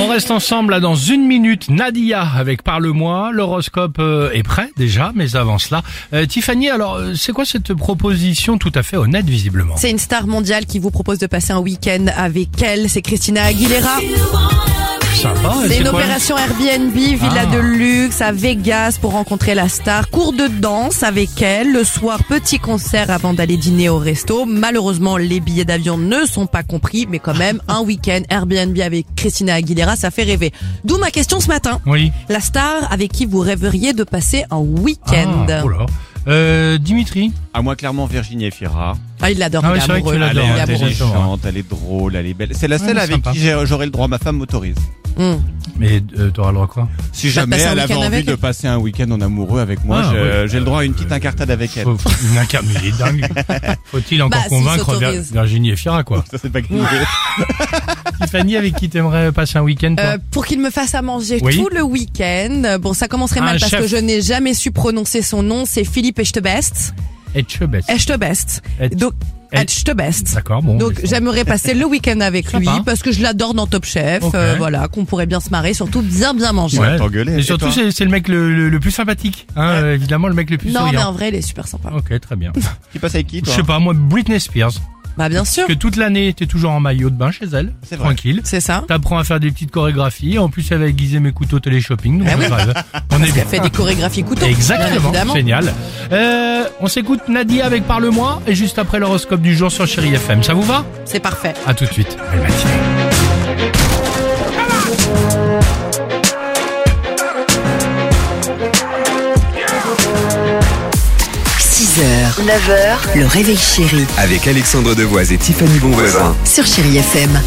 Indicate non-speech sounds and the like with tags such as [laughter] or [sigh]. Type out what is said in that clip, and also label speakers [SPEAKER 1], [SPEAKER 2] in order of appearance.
[SPEAKER 1] On reste ensemble là dans une minute. Nadia avec Parle-moi. L'horoscope euh, est prêt déjà, mais avant cela. euh, Tiffany, alors euh, c'est quoi cette proposition tout à fait honnête visiblement
[SPEAKER 2] C'est une star mondiale qui vous propose de passer un week-end avec elle. C'est Christina Aguilera.
[SPEAKER 1] Sympa. et
[SPEAKER 2] C'est une
[SPEAKER 1] Ah, quoi
[SPEAKER 2] opération Airbnb, villa
[SPEAKER 1] Ah.
[SPEAKER 2] de luxe à Vegas pour rencontrer la star. Cours de danse avec elle. Le soir, petit concert avant d'aller dîner au resto. Malheureusement, les billets d'avion ne sont pas compris, mais quand même, un week-end Airbnb avec Christina Aguilera, ça fait rêver. D'où ma question ce matin.
[SPEAKER 1] Oui.
[SPEAKER 2] La star avec qui vous rêveriez de passer un
[SPEAKER 1] Ah,
[SPEAKER 2] week-end.
[SPEAKER 1] oh là. Euh, Dimitri,
[SPEAKER 3] À Ah, moi, clairement, Virginie Efira.
[SPEAKER 2] Ah, il l'adore,
[SPEAKER 1] Ah
[SPEAKER 2] il
[SPEAKER 1] oui,
[SPEAKER 2] est
[SPEAKER 1] c'est vrai que tu
[SPEAKER 2] amoureux.
[SPEAKER 1] l'adores.
[SPEAKER 2] Il
[SPEAKER 3] Elle
[SPEAKER 2] est
[SPEAKER 3] est
[SPEAKER 1] Adore,
[SPEAKER 2] amoureux.
[SPEAKER 3] intelligente, elle est drôle, elle est belle. C'est la
[SPEAKER 1] Ouais,
[SPEAKER 3] seule
[SPEAKER 1] mais
[SPEAKER 3] avec
[SPEAKER 1] sympa.
[SPEAKER 3] qui j'ai- j'aurai le droit, ma femme m'autorise.
[SPEAKER 2] Hum.
[SPEAKER 1] mais euh, t'auras le droit à quoi
[SPEAKER 3] Si
[SPEAKER 2] Bah, de
[SPEAKER 3] jamais
[SPEAKER 2] passer un
[SPEAKER 3] elle avait
[SPEAKER 2] week-end
[SPEAKER 3] envie
[SPEAKER 2] avec
[SPEAKER 3] de
[SPEAKER 2] elle.
[SPEAKER 3] passer un week-end en amoureux avec moi,
[SPEAKER 1] Ah,
[SPEAKER 3] je- j'ai
[SPEAKER 1] ouais.
[SPEAKER 3] le droit à une petite incartade avec elle. [laughs]
[SPEAKER 1] Faut- Une incar- mais il est dingue. Faut-il encore
[SPEAKER 2] Bah, s'il
[SPEAKER 1] convaincre Vir-
[SPEAKER 2] s'autorise.
[SPEAKER 1] Virginie et
[SPEAKER 2] [laughs]
[SPEAKER 1] Fira quoi
[SPEAKER 3] Ça, c'est pas grave.
[SPEAKER 1] Tiffany, avec qui t'aimerais passer un week-end toi
[SPEAKER 2] Euh, pour qu'il me fasse à manger
[SPEAKER 1] Oui.
[SPEAKER 2] tout le week-end. Bon, ça commencerait
[SPEAKER 1] Un
[SPEAKER 2] mal parce
[SPEAKER 1] chef.
[SPEAKER 2] que je n'ai jamais su prononcer son nom. C'est Philippe Echtebest.
[SPEAKER 1] Et Chebet.
[SPEAKER 2] Echtebest.
[SPEAKER 1] Et-
[SPEAKER 2] euh, Donc,
[SPEAKER 1] Et-
[SPEAKER 2] Echtebest.
[SPEAKER 1] D'accord, bon.
[SPEAKER 2] Donc,
[SPEAKER 1] mais ça-
[SPEAKER 2] j'aimerais passer le week-end avec lui
[SPEAKER 1] Sympa.
[SPEAKER 2] parce que je l'adore dans Top Chef.
[SPEAKER 1] Ok.
[SPEAKER 2] Euh, voilà, qu'on pourrait bien se marrer, surtout bien bien manger.
[SPEAKER 3] Ouais. va t'engueuler,
[SPEAKER 1] Et
[SPEAKER 3] et
[SPEAKER 1] surtout,
[SPEAKER 3] toi
[SPEAKER 1] c'est c'est le mec le, le- le plus sympathique. Hein, euh, évidemment, le mec le plus
[SPEAKER 2] Non, mais en
[SPEAKER 1] souriant.
[SPEAKER 2] vrai, il est super sympa.
[SPEAKER 1] Ok,
[SPEAKER 2] [laughs]
[SPEAKER 1] très bien.
[SPEAKER 3] Tu passes avec qui,
[SPEAKER 1] Je
[SPEAKER 3] toi
[SPEAKER 1] sais pas, moi, Britney Spears.
[SPEAKER 2] Bah, bien sûr.
[SPEAKER 1] Que toute l'année, t'es toujours en maillot de bain chez elle.
[SPEAKER 3] C'est vrai.
[SPEAKER 1] Tranquille.
[SPEAKER 2] C'est ça.
[SPEAKER 1] T'apprends à faire des petites chorégraphies. En plus, elle va aiguiser mes couteaux télé-shopping. donc
[SPEAKER 2] Ah
[SPEAKER 1] c'est
[SPEAKER 2] oui.
[SPEAKER 1] grave. On est bien.
[SPEAKER 2] Fait des chorégraphies couteaux. bien
[SPEAKER 1] Exactement.
[SPEAKER 2] évidemment.
[SPEAKER 1] Génial. Euh, on s'écoute Nadia avec Parle-moi. Et juste après l'horoscope du jour sur Chéri FM. Ça vous va?
[SPEAKER 2] C'est parfait.
[SPEAKER 1] À tout de suite. Belle matinée.
[SPEAKER 4] h 9h, le réveil chéri
[SPEAKER 5] Avec Alexandre Devoise et Tiffany Bonvoisin.
[SPEAKER 4] sur Chéri FM.